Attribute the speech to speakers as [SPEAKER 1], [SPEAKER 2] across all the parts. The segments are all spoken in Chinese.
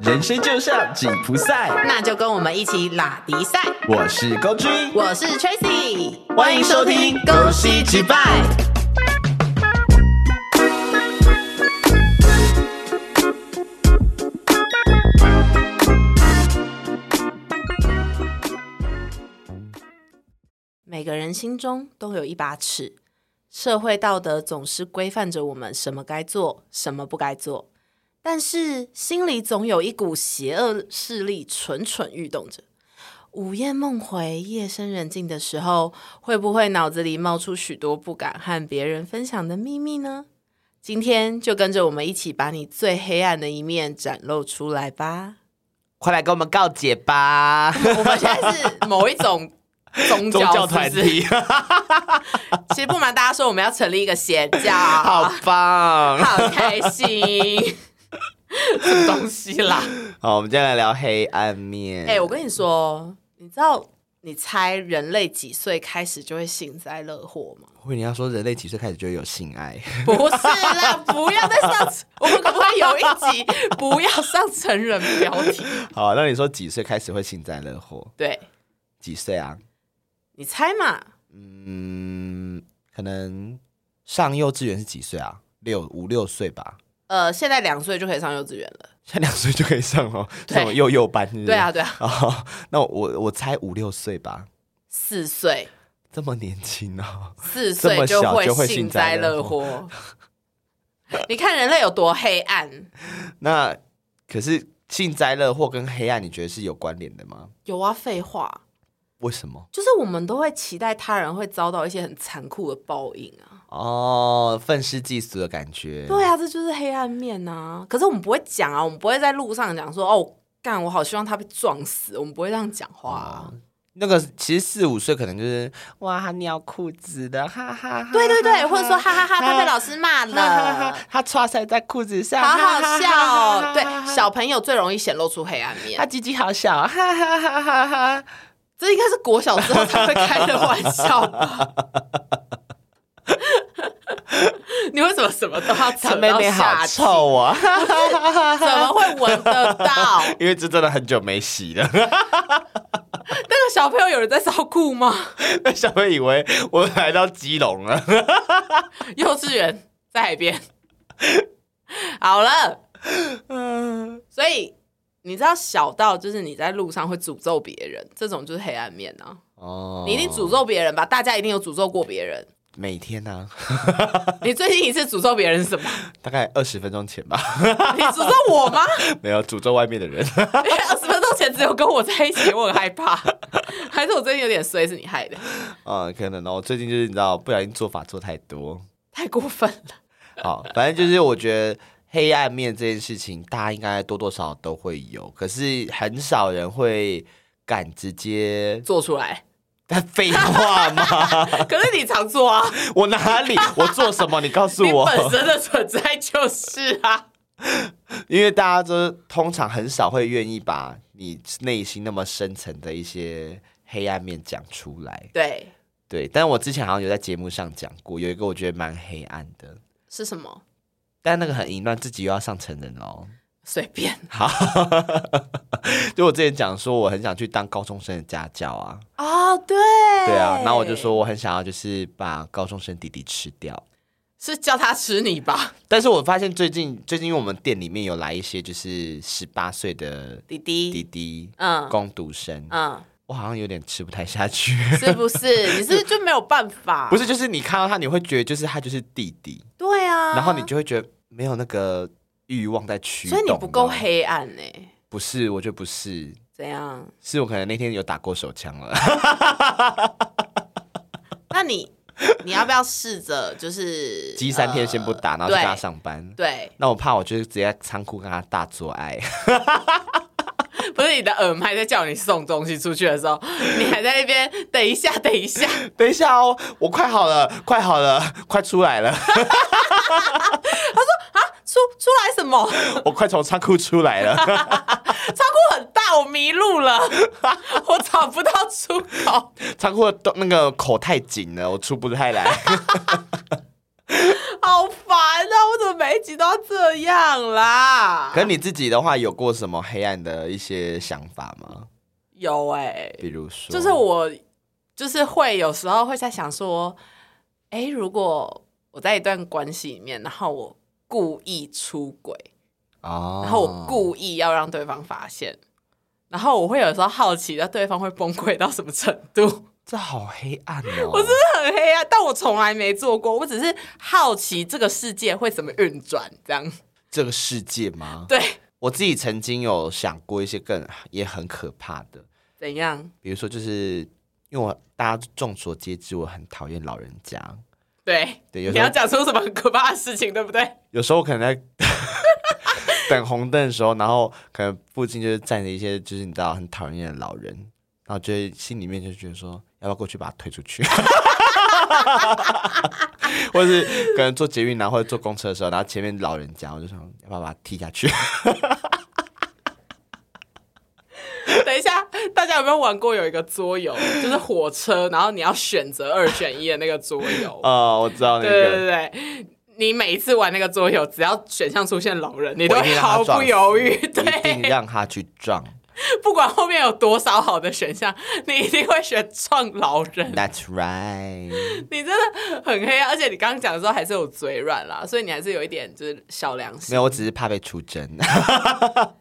[SPEAKER 1] 人生就像紧箍赛。
[SPEAKER 2] 那就跟我们一起拉迪赛。
[SPEAKER 1] 我是高君，
[SPEAKER 2] 我是 Tracy，
[SPEAKER 1] 欢迎收听《
[SPEAKER 2] 恭
[SPEAKER 1] 恭
[SPEAKER 2] 喜
[SPEAKER 1] 喜击
[SPEAKER 2] 击
[SPEAKER 1] 败
[SPEAKER 2] 败》。》。每个人心中都有一把尺，社会道德总是规范着我们什么该做，什么不该做。但是心里总有一股邪恶势力蠢蠢欲动着。午夜梦回、夜深人静的时候，会不会脑子里冒出许多不敢和别人分享的秘密呢？今天就跟着我们一起把你最黑暗的一面展露出来吧。
[SPEAKER 3] 快来给我们告解吧！
[SPEAKER 2] 我们现在是某一种宗
[SPEAKER 3] 宗
[SPEAKER 2] 教
[SPEAKER 3] 教团
[SPEAKER 2] 是不是
[SPEAKER 3] 体，
[SPEAKER 2] 其实不瞒大家说，我们要成立一个邪教，
[SPEAKER 3] 好棒！
[SPEAKER 2] 好开心， 什么东西啦？
[SPEAKER 3] 好，我们今天来聊黑暗面。
[SPEAKER 2] 哎、我跟你说，你知道你猜人类几岁开始就会幸灾乐祸吗？
[SPEAKER 3] 我以为你要说人类几岁开始就有性爱？
[SPEAKER 2] 不是啦， 不要再上，我们可不可以有一集不要上成人标题？
[SPEAKER 3] 好，那你说几岁开始会幸灾乐祸？
[SPEAKER 2] 对
[SPEAKER 3] 几岁啊？
[SPEAKER 2] 你猜嘛，
[SPEAKER 3] 嗯，可能上幼稚园是几岁啊？六五六岁吧，
[SPEAKER 2] 呃，现在两岁就可以上幼稚园了。
[SPEAKER 3] 现在两岁就可以上了，
[SPEAKER 2] 对
[SPEAKER 3] 什么幼幼班是不是
[SPEAKER 2] 对啊，。对啊，
[SPEAKER 3] 哦，那我我猜五六岁吧，
[SPEAKER 2] 四岁，
[SPEAKER 3] 这么年轻哦。
[SPEAKER 2] 四
[SPEAKER 3] 这
[SPEAKER 2] 岁
[SPEAKER 3] 么小
[SPEAKER 2] 会
[SPEAKER 3] 就会
[SPEAKER 2] 幸
[SPEAKER 3] 幸灾
[SPEAKER 2] 灾乐
[SPEAKER 3] 乐
[SPEAKER 2] 祸。你看人类有多黑暗？
[SPEAKER 3] 那可是幸灾乐祸跟黑暗，你觉得是有关联的吗？
[SPEAKER 2] 有啊，废话，
[SPEAKER 3] 为什么？
[SPEAKER 2] 就是我们都会期待他人会遭到一些很残酷的报应啊。
[SPEAKER 3] 哦，愤世嫉俗的感觉。
[SPEAKER 2] 对啊，这就是黑暗面啊。可是我们不会讲啊，我们不会在路上讲说哦，干，我好希望他被撞死，我们不会这样讲话、啊。
[SPEAKER 3] 那个其实四五岁可能就是哇，他尿裤子的，哈哈哈。
[SPEAKER 2] 对对对，或者说
[SPEAKER 3] 哈
[SPEAKER 2] 哈哈哈，他被老师
[SPEAKER 3] 哈
[SPEAKER 2] 骂了
[SPEAKER 3] 哈，，他抓塞在裤子上，
[SPEAKER 2] 好好
[SPEAKER 3] 哈哈
[SPEAKER 2] 笑
[SPEAKER 3] 哈
[SPEAKER 2] 哦。
[SPEAKER 3] 哈
[SPEAKER 2] 对
[SPEAKER 3] 哈，哈
[SPEAKER 2] 小朋友最容易显露出黑暗面
[SPEAKER 3] 他，鸡鸡好小，哈哈哈哈哈。
[SPEAKER 2] 这应该是国小之后才会开的玩笑吧。你为什么什么都要扯
[SPEAKER 3] 他妹
[SPEAKER 2] 到
[SPEAKER 3] 妹
[SPEAKER 2] 下
[SPEAKER 3] 好
[SPEAKER 2] 集？
[SPEAKER 3] 臭啊！
[SPEAKER 2] 怎么会闻得到？
[SPEAKER 3] 因为这真的很久没洗了，
[SPEAKER 2] 那个小朋友有人在照顾吗？
[SPEAKER 3] 那小朋友以为我来到基隆了。
[SPEAKER 2] 幼稚园在海边。好了，
[SPEAKER 3] 嗯，
[SPEAKER 2] 所以你知道小到就是你在路上会诅咒别人，这种就是黑暗面啊。
[SPEAKER 3] 哦
[SPEAKER 2] 你一定诅咒别人吧？大家一定有诅咒过别人。
[SPEAKER 3] 每天啊呢、
[SPEAKER 2] 你最近一次诅咒别人是什么？
[SPEAKER 3] 大概二十分钟前吧，
[SPEAKER 2] 你诅咒我吗？
[SPEAKER 3] 没有诅咒外面的人。
[SPEAKER 2] 二十分钟前只有跟我在一起，我很害怕。 还是我最近有点衰，是你害的，
[SPEAKER 3] 嗯，可能哦，我最近就是你知道，不小心做法做太多。
[SPEAKER 2] 太过分 了。
[SPEAKER 3] 好，反正就是我觉得黑暗面这件事情，大家应该多多少少都会有，可是很少人会敢直接。
[SPEAKER 2] 做出来，
[SPEAKER 3] 但废话嘛，
[SPEAKER 2] 可是你常做啊，
[SPEAKER 3] 我哪里我做什么？你告诉
[SPEAKER 2] 你
[SPEAKER 3] 我。
[SPEAKER 2] 本身的存在就 是啊。
[SPEAKER 3] 因为大家都通常很少会愿意把你内心那么深层的一些黑暗面讲出来。
[SPEAKER 2] 对，
[SPEAKER 3] 对，但我之前好像有在节目上讲过，有一个我觉得蛮黑暗的，
[SPEAKER 2] 是什么？
[SPEAKER 3] 但那个很淫乱，自己又要上成人哦。
[SPEAKER 2] 随便
[SPEAKER 3] 好，就我之前讲说，我很想去当高中生的家教啊，
[SPEAKER 2] 哦，对，
[SPEAKER 3] 对
[SPEAKER 2] 对
[SPEAKER 3] 啊，然后我就说我很想要就是把高中生弟弟吃掉。
[SPEAKER 2] 是叫他吃你吧，
[SPEAKER 3] 但是我发现最近最近，因为我们店里面有来一些就是十八岁的
[SPEAKER 2] 弟
[SPEAKER 3] 弟
[SPEAKER 2] 弟，
[SPEAKER 3] 弟，
[SPEAKER 2] 嗯
[SPEAKER 3] 攻读生，
[SPEAKER 2] 嗯，
[SPEAKER 3] 我好像有点吃不太下去。
[SPEAKER 2] 是不是？ 你是不是就没有办法？
[SPEAKER 3] 不
[SPEAKER 2] 是，
[SPEAKER 3] 是，就是你看到他，你会觉得就是他就是弟弟，
[SPEAKER 2] 对啊，
[SPEAKER 3] 然后你，就会觉得没有那个欲望在驱动
[SPEAKER 2] 所以
[SPEAKER 3] 了。
[SPEAKER 2] 你不够黑暗呢、
[SPEAKER 3] 不是，我觉得不是，
[SPEAKER 2] 怎样？
[SPEAKER 3] 是我可能那天有打过手枪了。
[SPEAKER 2] 那你你要不要试着就是
[SPEAKER 3] 积三天先不打，然后去跟他
[SPEAKER 2] 呃对
[SPEAKER 3] 上班。
[SPEAKER 2] 对，
[SPEAKER 3] 那我怕我就是直接在仓库跟他大做爱，
[SPEAKER 2] 不是你的耳麦在叫你送东西出去的时候，你还在那边等一下，等一下，
[SPEAKER 3] 等一下哦，我快好了，快好了， 快出来了，
[SPEAKER 2] 出出来什么？
[SPEAKER 3] 我快从仓库出来了。
[SPEAKER 2] 仓库很大，我迷路了， 我找不到出口。
[SPEAKER 3] 仓库的洞那个口太紧了，我出不太来。
[SPEAKER 2] 好烦啊！我怎么每一集都要这样啦
[SPEAKER 3] 可。你自己的话，有过什么黑暗的一些想法吗？
[SPEAKER 2] 有哎、
[SPEAKER 3] 比如说，
[SPEAKER 2] 就是我就是会有时候会在想说，哎、如果我在一段关系里面，然后我故意出轨，
[SPEAKER 3] 哦，
[SPEAKER 2] 然后我故意要让对方发现，然后我会有时候好奇，那对方会崩溃到什么程度？
[SPEAKER 3] 这好黑暗哦，
[SPEAKER 2] 我真的很黑暗，但我从来没做过，我只是好奇这个世界会怎么运转，这样
[SPEAKER 3] 这个世界吗？
[SPEAKER 2] 对，
[SPEAKER 3] 我自己曾经有想过一些更也很可怕的，
[SPEAKER 2] 怎样？
[SPEAKER 3] 比如说就是因为我大家众所皆知，我很讨厌老人家，
[SPEAKER 2] 对，
[SPEAKER 3] 对有时
[SPEAKER 2] 你
[SPEAKER 3] 候
[SPEAKER 2] 要讲出什么很可怕的事情，对 不对？
[SPEAKER 3] 有时候可能在 等红灯的时候，然后可能附近就是站着一些就是你知道很讨厌的老人，然后就会心里面就觉得说，要不要过去把他推出去？ 或是可能坐捷运啊，或者坐公车的时候，然后前面老人家，我就想要不要把他踢下去？
[SPEAKER 2] 等一下，大家有没有玩过有一个桌游，就是火车，然后你要选择二选一的那个桌 游？
[SPEAKER 3] 哦，我知道那
[SPEAKER 2] 对对
[SPEAKER 3] 个，
[SPEAKER 2] 对对，你每一次玩那个桌游，只要选项出现老人，你都
[SPEAKER 3] 我一定
[SPEAKER 2] 会
[SPEAKER 3] 让他
[SPEAKER 2] 毫不
[SPEAKER 3] 撞死
[SPEAKER 2] 犹豫，
[SPEAKER 3] 一定
[SPEAKER 2] 对，
[SPEAKER 3] 让他去撞。
[SPEAKER 2] 不管后面有多少好的选项，你一定会选撞老人。
[SPEAKER 3] That's right。
[SPEAKER 2] 你真的很黑暗，啊而且你刚刚讲的时候还是有嘴软啦，所以你还是有一点就是小良
[SPEAKER 3] 没
[SPEAKER 2] 心。
[SPEAKER 3] 有，我只是怕被出征。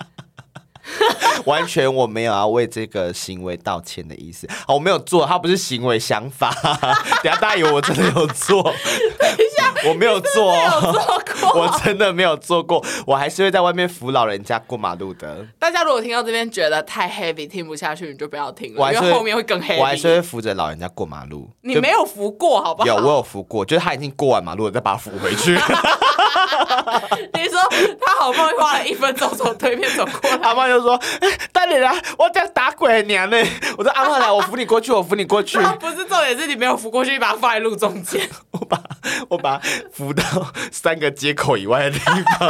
[SPEAKER 3] 完全我没有要为这个行为道歉的意思，好，我没有做，他不是行为想法， 等下大家以为我真的有做，我没有做
[SPEAKER 2] 有
[SPEAKER 3] 哦，
[SPEAKER 2] 做过。
[SPEAKER 3] 我真的没有做过，我还是会在外面扶老人家过马路的，
[SPEAKER 2] 大家如果听到这边觉得太 heavy 听不下去，你就不要听
[SPEAKER 3] 我还
[SPEAKER 2] 了，
[SPEAKER 3] 是
[SPEAKER 2] 因
[SPEAKER 3] 会
[SPEAKER 2] 为后面会更 heavy。
[SPEAKER 3] 我还是会扶着老人家过马路，
[SPEAKER 2] 你
[SPEAKER 3] 就
[SPEAKER 2] 没有扶过，好不好？
[SPEAKER 3] 有我有扶过，就是他已经过完马路了，再把他扶回 去，
[SPEAKER 2] 你说他好不容易花了一分钟从对面走过来，
[SPEAKER 3] 阿妈就说：“大人啊，我这样打鬼娘呢。”我说：“阿妈来，我扶你过去，我扶你过去。”
[SPEAKER 2] 他不是重点，是你没有扶过去，把它放在路中 间。
[SPEAKER 3] 我把我把它扶到三个街口以外的地方。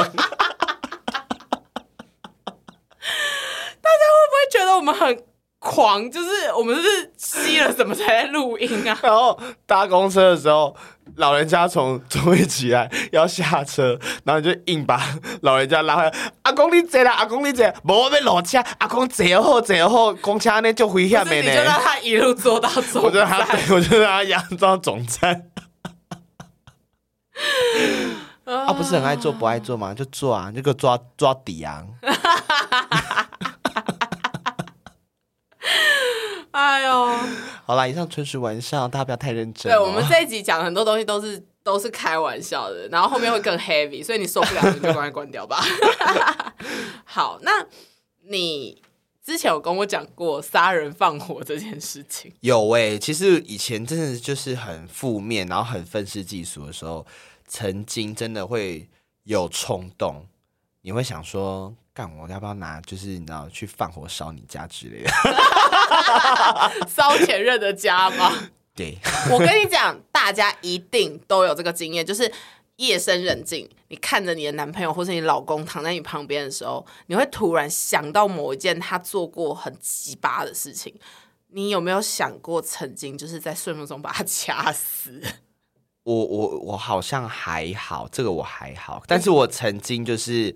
[SPEAKER 2] 会觉得我们很狂，就是我们是吸了什么才在录音 啊？
[SPEAKER 3] 然后搭公车的时候，老人家从座位起来要下车，然后你就硬把老人家拉回来。阿公你坐啦，阿公你坐，无我要落车。阿公坐好坐好，公车呢就危险
[SPEAKER 2] 不
[SPEAKER 3] 的
[SPEAKER 2] 是你就让
[SPEAKER 3] 呢。
[SPEAKER 2] 他一路坐到
[SPEAKER 3] 我
[SPEAKER 2] 终
[SPEAKER 3] 就让他
[SPEAKER 2] 站，，
[SPEAKER 3] 我就让他压到总站。啊，
[SPEAKER 2] 啊
[SPEAKER 3] 不是很爱做不爱做吗？就做啊，你就给我抓抓底啊！
[SPEAKER 2] 哎呦，
[SPEAKER 3] 好啦，以上纯属玩笑，大家不要太认真、哦。
[SPEAKER 2] 对我们这一集讲很多东西都是都是开玩笑的，然后后面会更 heavy，所以你受不了你就赶快关掉吧。好，那你之前有跟我讲过杀人放火这件事情，
[SPEAKER 3] 有诶、其实以前真的就是很负面，然后很愤世嫉俗的时候，曾经真的会有冲动，你会想说，干我要不要拿，就是你知道去放火烧你家之类的。
[SPEAKER 2] 烧前任的家吗？
[SPEAKER 3] 对，
[SPEAKER 2] 我跟你讲，大家一定都有这个经验，就是夜深人静，你看着你的男朋友或是你老公躺在你旁边的时候，你会突然想到某一件他做过很鸡巴的事情。你有没有想过，曾经就是在睡梦中把他掐死？
[SPEAKER 3] 我我我好像还好，这个我还好，但是我曾经就是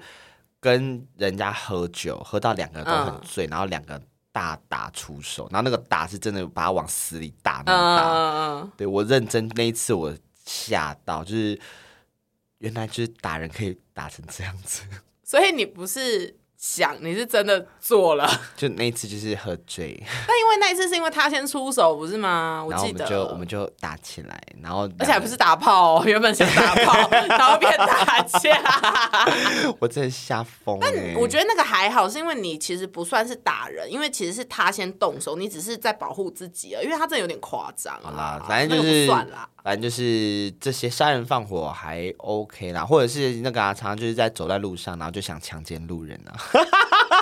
[SPEAKER 3] 跟人家喝酒，喝到两个都很
[SPEAKER 2] 嗯
[SPEAKER 3] 醉，然后两个大打出手，然后那个打是真的把他往死里打那种打。
[SPEAKER 2] 嗯，
[SPEAKER 3] 对我认真那一次我吓到，就是原来就是打人可以打成这样子，
[SPEAKER 2] 所以你不是想，你是真的做了。
[SPEAKER 3] 就那一次就是喝醉，
[SPEAKER 2] 但因为 那一次是因为他先出手，不是吗？哦我
[SPEAKER 3] 然后我
[SPEAKER 2] 记
[SPEAKER 3] 们
[SPEAKER 2] 得，
[SPEAKER 3] 就我们就打起来，然后
[SPEAKER 2] 而且还不是打炮、哦，原本想打 炮，然后变打架。
[SPEAKER 3] 我真的吓疯、欸，
[SPEAKER 2] 我觉得那个还好，是因为你其实不算是打人，因为其实是他先动手，你只是在保护自己而已因为他真的有点夸张、啊。
[SPEAKER 3] 好啦，反正就
[SPEAKER 2] 那个
[SPEAKER 3] 是、
[SPEAKER 2] 不算啦。
[SPEAKER 3] 反正就是这些杀人放火还 OK 啦，或者是那个啊，常常就是在走在路上，然后就想强奸路人啊，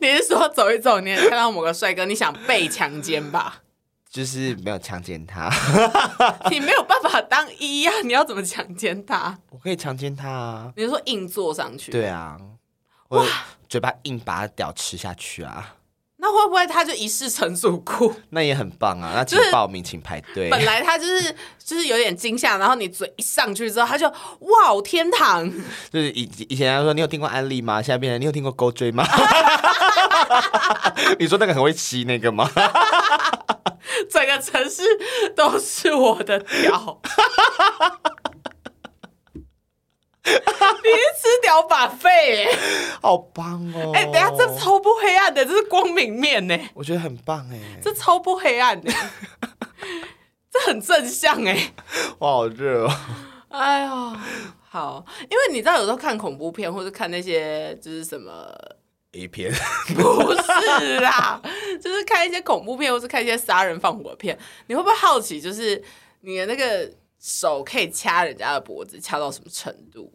[SPEAKER 2] 你是说走一走，你也看到某个帅哥，你想被强奸吧？
[SPEAKER 3] 就是没有强奸他，
[SPEAKER 2] 你没有办法当一啊，你要怎么强奸他？
[SPEAKER 3] 我可以强奸他啊，
[SPEAKER 2] 你是说硬坐上去？
[SPEAKER 3] 对。啊，我嘴巴硬把他屌吃下去啊。
[SPEAKER 2] 那样会不会他就一世成主顾？
[SPEAKER 3] 那也很棒啊！那请报名，请排队。
[SPEAKER 2] 本来他就是就是有点惊吓，然后你嘴一上去之后，他就哇天堂，
[SPEAKER 3] 就是以以前他说你有听过安利吗？ 现在变成你有听过勾追吗？ 你说那个很会吸那个吗？
[SPEAKER 2] 整个城市都是我的屌。你是吃屌把费、欸？
[SPEAKER 3] 好棒哦！
[SPEAKER 2] 哎、等一下这超不黑暗的，这是光明面呢、
[SPEAKER 3] 我觉得很棒哎，
[SPEAKER 2] 这超不黑暗的、这很正向哎、
[SPEAKER 3] 哇，好热哦！
[SPEAKER 2] 哎呦，好，因为你知道有时候看恐怖片或者看那些就是什么，
[SPEAKER 3] 一片
[SPEAKER 2] 不是啦，就是看一些恐怖片或是看一些杀人放火片，你会不会好奇，就是你的那个手可以掐人家的脖子，掐到什么程度？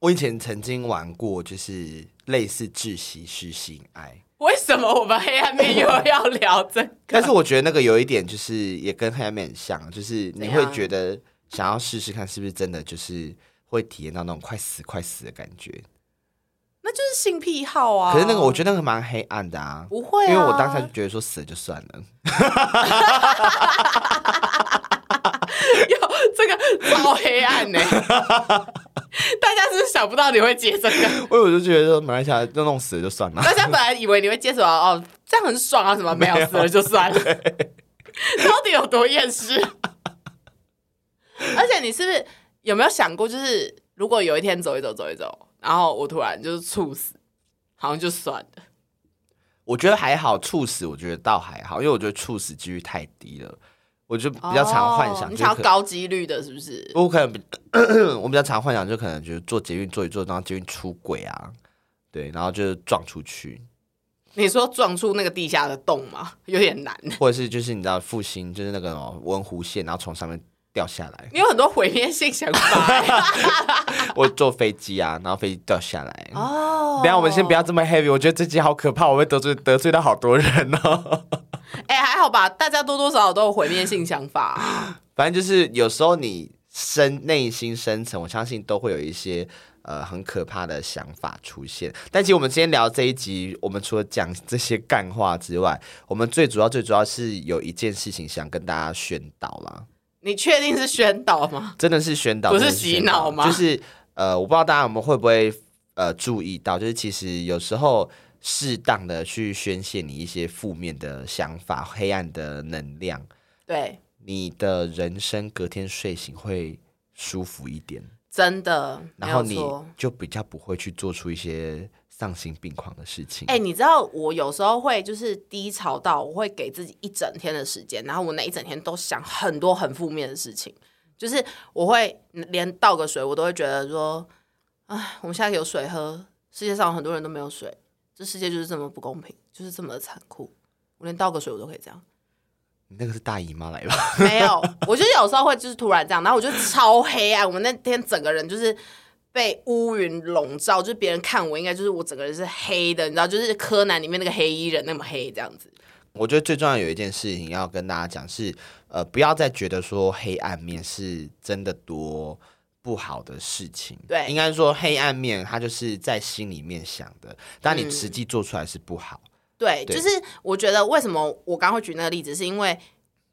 [SPEAKER 3] 我以前曾经玩过，就是类似窒息式性 爱，
[SPEAKER 2] 为什么我们黑暗面又要聊这个？
[SPEAKER 3] 但是我觉得那个有一点就是也跟黑暗面很像，就是你
[SPEAKER 2] 怎
[SPEAKER 3] 会
[SPEAKER 2] 样
[SPEAKER 3] 觉得想要试试看是不是真的就是会体验到那种快死快死的感觉。
[SPEAKER 2] 那就是性癖好啊。
[SPEAKER 3] 可是那个我觉得那个蛮黑暗的啊，
[SPEAKER 2] 不会啊
[SPEAKER 3] 因为我当下就觉得说死了就算了。
[SPEAKER 2] 得哟，这个超黑暗呢、 大家是不是想不到你会接这个？
[SPEAKER 3] 我我就觉得说马来西亚就弄死了就算了，
[SPEAKER 2] 大家本来以为你会接什么哦，这样很爽啊，什么没有死了就算 了，到底有多厌世？而且你是不是有没有想过，就是如果有一天走一走走一走，然后我突然就是猝死，好像就算了。
[SPEAKER 3] 我觉得还好，猝死我觉得倒还好，因为我觉得猝死几率太低了，我就比较常幻
[SPEAKER 2] 哦
[SPEAKER 3] 想，
[SPEAKER 2] 你
[SPEAKER 3] 就
[SPEAKER 2] 想要
[SPEAKER 3] 可
[SPEAKER 2] 高几率的，是不是？
[SPEAKER 3] 我可能比 我比较常幻想，就可能就是做捷运做一做，然后捷运出轨啊，对，然后就是撞出去，
[SPEAKER 2] 你说撞出那个地下的洞吗？有点难。
[SPEAKER 3] 或者是就是你知道复兴就是那个什么文湖线，然后从上面掉下 来，
[SPEAKER 2] 你有很多毁灭性想 法啊
[SPEAKER 3] 我坐飞机啊，然后飞机掉下来。
[SPEAKER 2] 哦
[SPEAKER 3] 等一下我们先不要这么 heavy，我觉得这集好可怕，我会得罪得罪到好多人哦。
[SPEAKER 2] 哎、还好吧，大家多多少少都有毁灭性想法啊、
[SPEAKER 3] 反正就是有时候你深内心深层，我相信都会有一些呃很可怕的想法出现。但其实我们今天聊这一集，我们除了讲这些干话之外，我们最主要最主要是有一件事情想跟大家宣导啦，
[SPEAKER 2] 你确定是宣导吗？
[SPEAKER 3] 真的是宣导，
[SPEAKER 2] 不是
[SPEAKER 3] 真的宣
[SPEAKER 2] 洗
[SPEAKER 3] 导
[SPEAKER 2] 脑吗
[SPEAKER 3] 就是呃，我不知道大家有没有会不会呃注意到，就是其实有时候。适当的去宣泄你一些负面的想法、黑暗的能量，
[SPEAKER 2] 对，
[SPEAKER 3] 你的人生隔天睡醒会舒服一点，
[SPEAKER 2] 真的，没
[SPEAKER 3] 然后
[SPEAKER 2] 有
[SPEAKER 3] 你
[SPEAKER 2] 错。
[SPEAKER 3] 就比较不会去做出一些丧心病狂的事情。
[SPEAKER 2] 哎、你知道我有时候会就是低潮到我会给自己一整天的时间，然后我那一整天都想很多很负面的事情，就是我会连倒个水我都会觉得说，哎，我们现在有水喝，世界上有很多人都没有水，这世界就是这么不公平，就是这么的残酷。我连倒个水我都可以这样，
[SPEAKER 3] 你那个是大姨妈来吧？
[SPEAKER 2] 没有，我就是有时候会就是突然这样，然后我就超黑暗，我那天整个人就是被乌云笼罩，就是别人看我应该就是我整个人是黑的，你知道，就是柯南里面那个黑衣人那么黑这样子。
[SPEAKER 3] 我觉得最重要有一件事情要跟大家讲是，呃，不要再觉得说黑暗面是真的多不好的事情。
[SPEAKER 2] 对
[SPEAKER 3] 应该说黑暗面它就是在心里面想的，但你
[SPEAKER 2] 嗯
[SPEAKER 3] 实际做出来是不好。
[SPEAKER 2] 对，
[SPEAKER 3] 对
[SPEAKER 2] 就是我觉得为什么我刚刚会举那个例子，是因为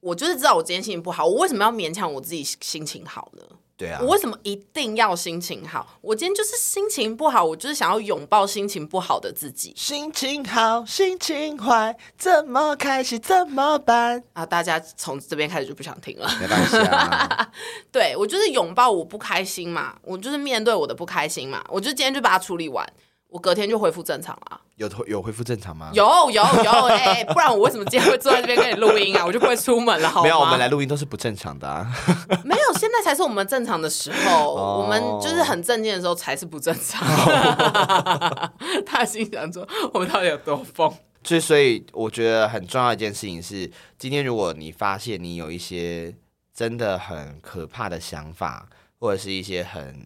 [SPEAKER 2] 我就是知道我今天心情不好，我为什么要勉强我自己心情好呢？
[SPEAKER 3] 对啊
[SPEAKER 2] 我，为什么一定要心情好？我今天就是心情不好，我就是想要拥抱心情不好的自己
[SPEAKER 3] 心情好，心情坏，怎么开始怎么 办？
[SPEAKER 2] 啊！大家从这边开始就不想听了。
[SPEAKER 3] 没关系啊。
[SPEAKER 2] 对我就是拥抱我不开心嘛，我就是面对我的不开心嘛，我就今天就把它处理完，我隔天就恢复正常了。啊
[SPEAKER 3] 有头有恢复正常吗？
[SPEAKER 2] 有有有，哎、不然我为什么今天会坐在这边跟你录音啊？我就不会出门了，好吗？
[SPEAKER 3] 没有，我们来录音都是不正常的啊。
[SPEAKER 2] 没有，现在才是我们正常的时候，
[SPEAKER 3] 哦
[SPEAKER 2] 我们就是很正经的时候才是不正 常。 他心想说，我们到底有多疯？
[SPEAKER 3] 所以，所以我觉得很重要的一件事情是，今天如果你发现你有一些真的很可怕的想法，或者是一些很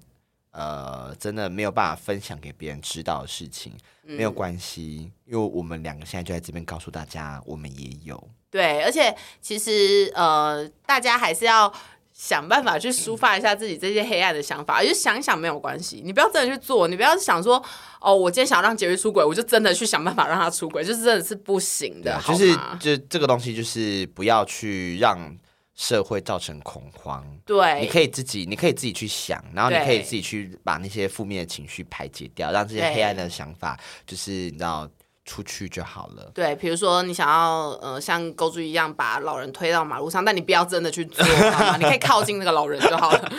[SPEAKER 3] 呃真的没有办法分享给别人知道的事情，
[SPEAKER 2] 嗯
[SPEAKER 3] 没有关系，因为我们两个现在就在这边告诉大家，我们也有。
[SPEAKER 2] 对，而且其实呃，大家还是要想办法去抒发一下自己这些黑暗的想法，就想一想没有关系，你不要真的去做，你不要想说哦，我今天想让杰瑞出轨，我就真的去想办法让他出轨，就是真的是不行
[SPEAKER 3] 对
[SPEAKER 2] 的，
[SPEAKER 3] 啊，
[SPEAKER 2] 嗯好
[SPEAKER 3] 就是
[SPEAKER 2] 吗？
[SPEAKER 3] 就这个东西，就是不要去让社会造成恐慌。
[SPEAKER 2] 对，
[SPEAKER 3] 你可以自己，你可以自己去想，然后你
[SPEAKER 2] 哎对
[SPEAKER 3] 可以自己去把那些负面的情绪排解掉，让这些
[SPEAKER 2] 对
[SPEAKER 3] 黑暗的想法，就是你知道出去就好了。
[SPEAKER 2] 对，比如说你想要呃像狗主一样把老人推到马路上，但你不要真的去做，好吗？你可以靠近那个老人就好了，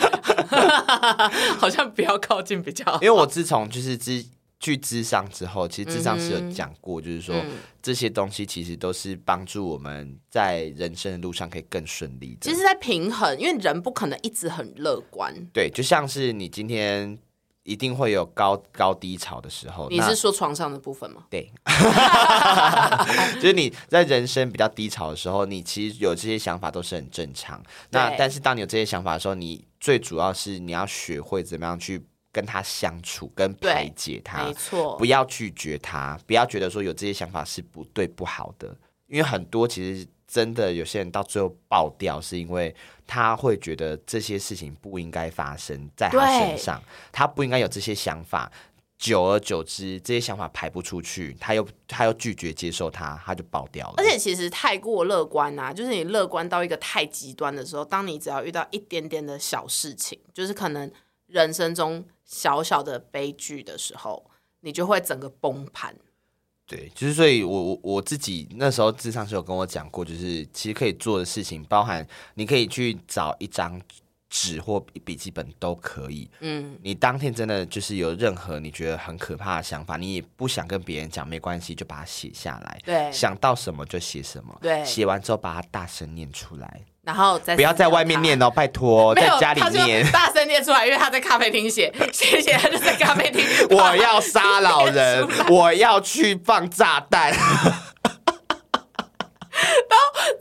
[SPEAKER 2] 好像不要靠近比较好
[SPEAKER 3] 因。为我自从就是之去智商之后，其实智商是
[SPEAKER 2] 嗯
[SPEAKER 3] 有讲过，就是说、这些东西其实都是帮助我们在人生的路上可以更顺利的。
[SPEAKER 2] 其实，在平衡，因为人不可能一直很乐观。
[SPEAKER 3] 对，就像是你今天一定会有高高低潮的时候，
[SPEAKER 2] 你
[SPEAKER 3] 哦那
[SPEAKER 2] 是说床上的部分吗？
[SPEAKER 3] 对， 就是你在人生比较低潮的时候，你其实有这些想法都是很正常。那
[SPEAKER 2] 对
[SPEAKER 3] 但是当你有这些想法的时候，你最主要是你要学会怎么样去跟他相处，跟
[SPEAKER 2] 对
[SPEAKER 3] 排解他。
[SPEAKER 2] 没错
[SPEAKER 3] 不，要拒绝他，不要觉得说有这些想法是不对不好的，因为很多其实真的有些人到最后爆掉，是因为他会觉得这些事情不应该发生在他身上，他不应该有这些想法。久而久之，这些想法排不出去，他又他又拒绝接受他，他就爆掉了。
[SPEAKER 2] 而且其实太过乐观啊，就是你乐观到一个太极端的时候，当你只要遇到一点点的小事情，就是可能人生中小小的悲剧的时候，你就会整个崩盘。
[SPEAKER 3] 对，就是所以我，我我自己那时候智商是有跟我讲过，就是其实可以做的事情，包含你可以去找一张纸或笔记本都可以，
[SPEAKER 2] 嗯，
[SPEAKER 3] 你当天真的就是有任何你觉得很可怕的想法，你也不想跟别人讲，没关系，就把它写下来。
[SPEAKER 2] 对
[SPEAKER 3] 想到什么就写什么。
[SPEAKER 2] 对
[SPEAKER 3] 写完之后把它大声念出来，
[SPEAKER 2] 然后再
[SPEAKER 3] 不要在外面念哦，拜托，
[SPEAKER 2] 没有，
[SPEAKER 3] 在家里 念。
[SPEAKER 2] 他就。大声念出来，因为他在咖啡厅写，谢谢，他就在咖啡厅
[SPEAKER 3] 我要杀老人，我要去放炸弹。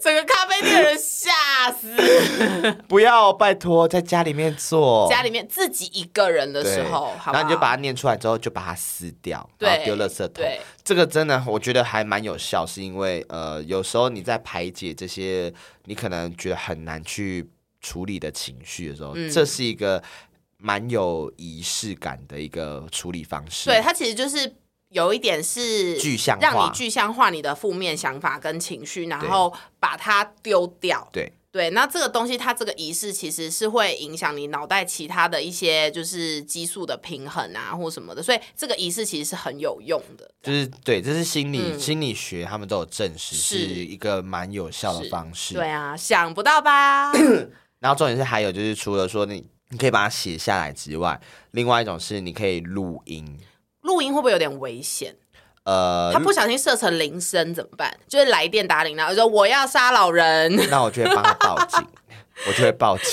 [SPEAKER 2] 整个咖啡厅的人吓死。
[SPEAKER 3] 不要，拜托，在家里面做。
[SPEAKER 2] 家里面自己一个人的
[SPEAKER 3] 哦对
[SPEAKER 2] 时候，好不好
[SPEAKER 3] 然后你就把它念出来之后，就把它撕掉，然后
[SPEAKER 2] 对
[SPEAKER 3] 丢垃圾桶
[SPEAKER 2] 对。
[SPEAKER 3] 这个真的我觉得还蛮有效，是因为呃，有时候你在排解这些你可能觉得很难去处理的情绪的时候，
[SPEAKER 2] 嗯
[SPEAKER 3] 这是一个蛮有仪式感的一个处理方式。
[SPEAKER 2] 对，它其实就是有一点是
[SPEAKER 3] 具象化
[SPEAKER 2] 让你具象化你的负面想法跟情绪，然后把它丢掉。
[SPEAKER 3] 对
[SPEAKER 2] 对，那这个东西它这个仪式其实是会影响你脑袋其他的一些就是激素的平衡啊或什么的，所以这个仪式其实是很有用的。
[SPEAKER 3] 就是对，这是心理、
[SPEAKER 2] 嗯
[SPEAKER 3] 心理学，他们都有证实是
[SPEAKER 2] 是
[SPEAKER 3] 一个蛮有效的方式。
[SPEAKER 2] 对啊，想不到吧？
[SPEAKER 3] 然后重点是还有就是，除了说你你可以把它写下来之外，另外一种是你可以录音。
[SPEAKER 2] 录音会不会有点危险？
[SPEAKER 3] 呃，
[SPEAKER 2] 他不小心设成铃声怎么办？就是来电打铃，然后就说我要杀老人， 他
[SPEAKER 3] 那我就会帮他报警，我就会报警。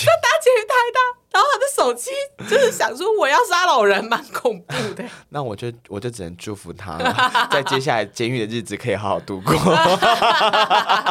[SPEAKER 2] 结语太大，然后他的手机就是想说我要杀老人，蛮恐怖的。
[SPEAKER 3] 那我就我就只能祝福他了，在接下来监狱的日子可以好好度过。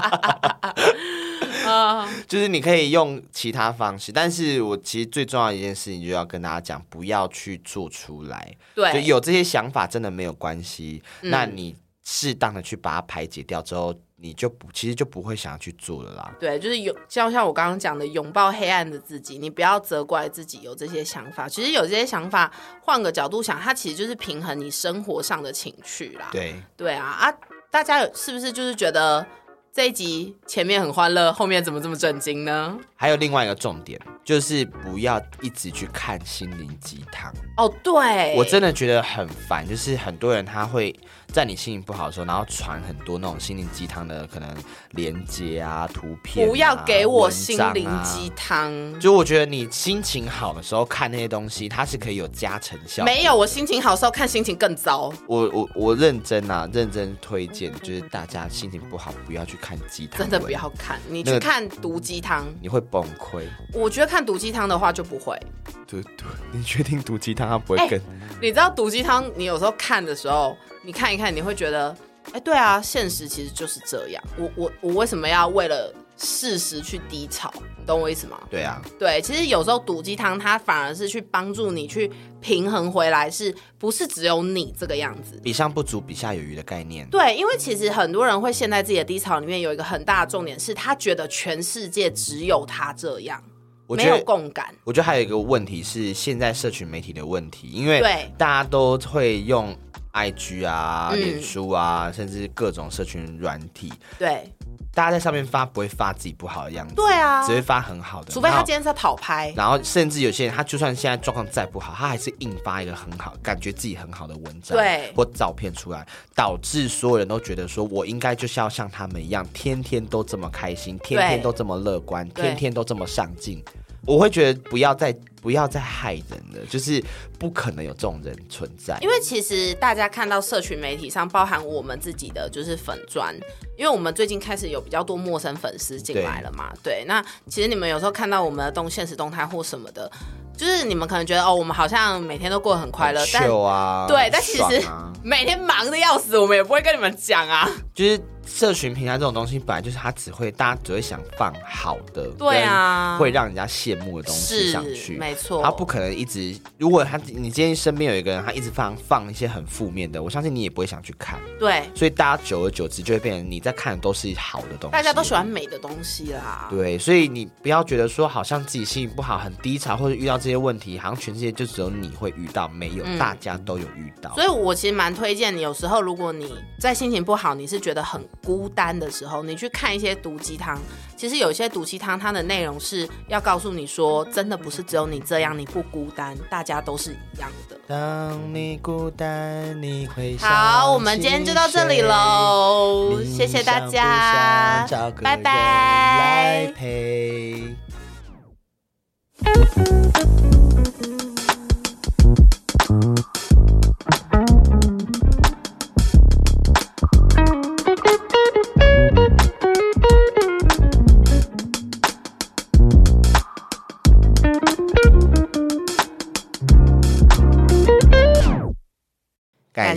[SPEAKER 2] 啊、
[SPEAKER 3] 就是你可以用其他方式，但是我其实最重要的一件事情就要跟大家讲，不要去做出来。就
[SPEAKER 2] 对，
[SPEAKER 3] 有这些想法真的没有关系，那你适当的去把它排解掉之后，你就不其实就不会想要去做了啦。
[SPEAKER 2] 对，就是有，就像我刚刚讲的，拥抱黑暗的自己，你不要责怪自己有这些想法。其实有这些想法，换个角度想，它其实就是平衡你生活上的情趣啦。
[SPEAKER 3] 对，
[SPEAKER 2] 对啊啊！大家有是不是就是觉得这一集前面很欢乐，后面怎么这么震惊呢？
[SPEAKER 3] 还有另外一个重点就是不要一直去看心灵鸡汤。
[SPEAKER 2] 哦，对，
[SPEAKER 3] 我真的觉得很烦，就是很多人他会在你心情不好的时候，然后传很多那种心灵鸡汤的可能连接啊、图片啊、
[SPEAKER 2] 不要给我心
[SPEAKER 3] 文
[SPEAKER 2] 灵
[SPEAKER 3] 章
[SPEAKER 2] 鸡
[SPEAKER 3] 啊。
[SPEAKER 2] 汤。
[SPEAKER 3] 就我觉得你心情好的时候看那些东西，它是可以有加成效。
[SPEAKER 2] 没有，我心情好的时候看心情更糟。
[SPEAKER 3] 我我我认真啊，认真推荐，就是大家心情不好不要去看鸡汤，
[SPEAKER 2] 真的不，要看，你
[SPEAKER 3] 那
[SPEAKER 2] 去
[SPEAKER 3] 个
[SPEAKER 2] 看毒鸡汤。
[SPEAKER 3] 你会崩溃。
[SPEAKER 2] 我觉得看毒鸡汤的话就不会。
[SPEAKER 3] 对对，你确定毒鸡汤它不
[SPEAKER 2] 哎
[SPEAKER 3] 会更？
[SPEAKER 2] 你知道毒鸡汤，你有时候看的时候，你看一看，你会觉得，哎，对啊，现实其实就是这样。我我我为什么要为了事实去低潮？你懂我意思吗？
[SPEAKER 3] 对啊，
[SPEAKER 2] 对，其实有时候毒鸡汤它反而是去帮助你去平衡回来，是不是只有你这个样子？
[SPEAKER 3] 比上不足，比下有余的概念。
[SPEAKER 2] 对，因为其实很多人会陷在自己的低潮里面，有一个很大的重点是他觉得全世界只有他这样。
[SPEAKER 3] 我
[SPEAKER 2] 没
[SPEAKER 3] 觉
[SPEAKER 2] 有
[SPEAKER 3] 得。
[SPEAKER 2] 共感。
[SPEAKER 3] 我觉得还有一个问题是现在社群媒体的问题，因为
[SPEAKER 2] 对
[SPEAKER 3] 大家都会用 IG 啊、
[SPEAKER 2] 嗯
[SPEAKER 3] 脸书啊，甚至各种社群软体，
[SPEAKER 2] 对
[SPEAKER 3] 大家在上面发不会发自己不好的样子，
[SPEAKER 2] 对啊
[SPEAKER 3] 只，会发很好的，
[SPEAKER 2] 除非他
[SPEAKER 3] 然后
[SPEAKER 2] 今天在跑拍，
[SPEAKER 3] 然后甚至有些人，他就算现在状况再不好，他还是印发一个很好，感觉自己很好的文章，
[SPEAKER 2] 对
[SPEAKER 3] 或照片出来，导致所有人都觉得说，我应该就是要像他们一样，天天都这么开心，天天都这么乐观，
[SPEAKER 2] 对
[SPEAKER 3] 天天都这么上进。我会觉得不要再不要再害人了，就是不可能有这种人存在。
[SPEAKER 2] 因为其实大家看到社群媒体上，包含我们自己的就是粉砖，因为我们最近开始有比较多陌生粉丝进来了嘛，对。那其实你们有时候看到我们的动现实动态或什么的，就是你们可能觉得哦，我们好像每天都过得很快乐，但
[SPEAKER 3] 秀啊，
[SPEAKER 2] 对，但其
[SPEAKER 3] 爽
[SPEAKER 2] 实
[SPEAKER 3] 啊
[SPEAKER 2] 每天忙的要死，我们也不会跟你们讲啊。
[SPEAKER 3] 就是社群平台这种东西，本来就是它只会大家只会想放好的，
[SPEAKER 2] 对啊
[SPEAKER 3] 跟会让人家羡慕的东西
[SPEAKER 2] 是啊
[SPEAKER 3] 上去，
[SPEAKER 2] 没错
[SPEAKER 3] 他不可能一直，如果他你今天身边有一个人，他一直放放一些很负面的，我相信你也不会想去看，
[SPEAKER 2] 对，
[SPEAKER 3] 所以大家久而久之就会变成你在看的都是好的东西，
[SPEAKER 2] 大家都喜欢。美的东西啦。
[SPEAKER 3] 对，所以你不要觉得说好像自己心情不好、很低潮，或者遇到这些问题，好像全世界就只有你会遇到，没有，大家都有遇到。
[SPEAKER 2] 所以，我其实蛮推荐你，有时候如果你在心情不好，你是觉得很孤单的时候，你去看一些毒鸡汤。其实有一些毒鸡汤，它的内容是要告诉你说，真的不是只有你这样，你不孤单，大家都是一样的。
[SPEAKER 3] 当你孤单，你会
[SPEAKER 2] 好，我们今天就到这里
[SPEAKER 3] 喽。
[SPEAKER 2] 喽，
[SPEAKER 3] 你
[SPEAKER 2] 谢谢
[SPEAKER 3] 想
[SPEAKER 2] 大
[SPEAKER 3] 不
[SPEAKER 2] 家
[SPEAKER 3] 想找，个
[SPEAKER 2] 拜
[SPEAKER 3] 人来
[SPEAKER 2] 拜。
[SPEAKER 3] 陪。感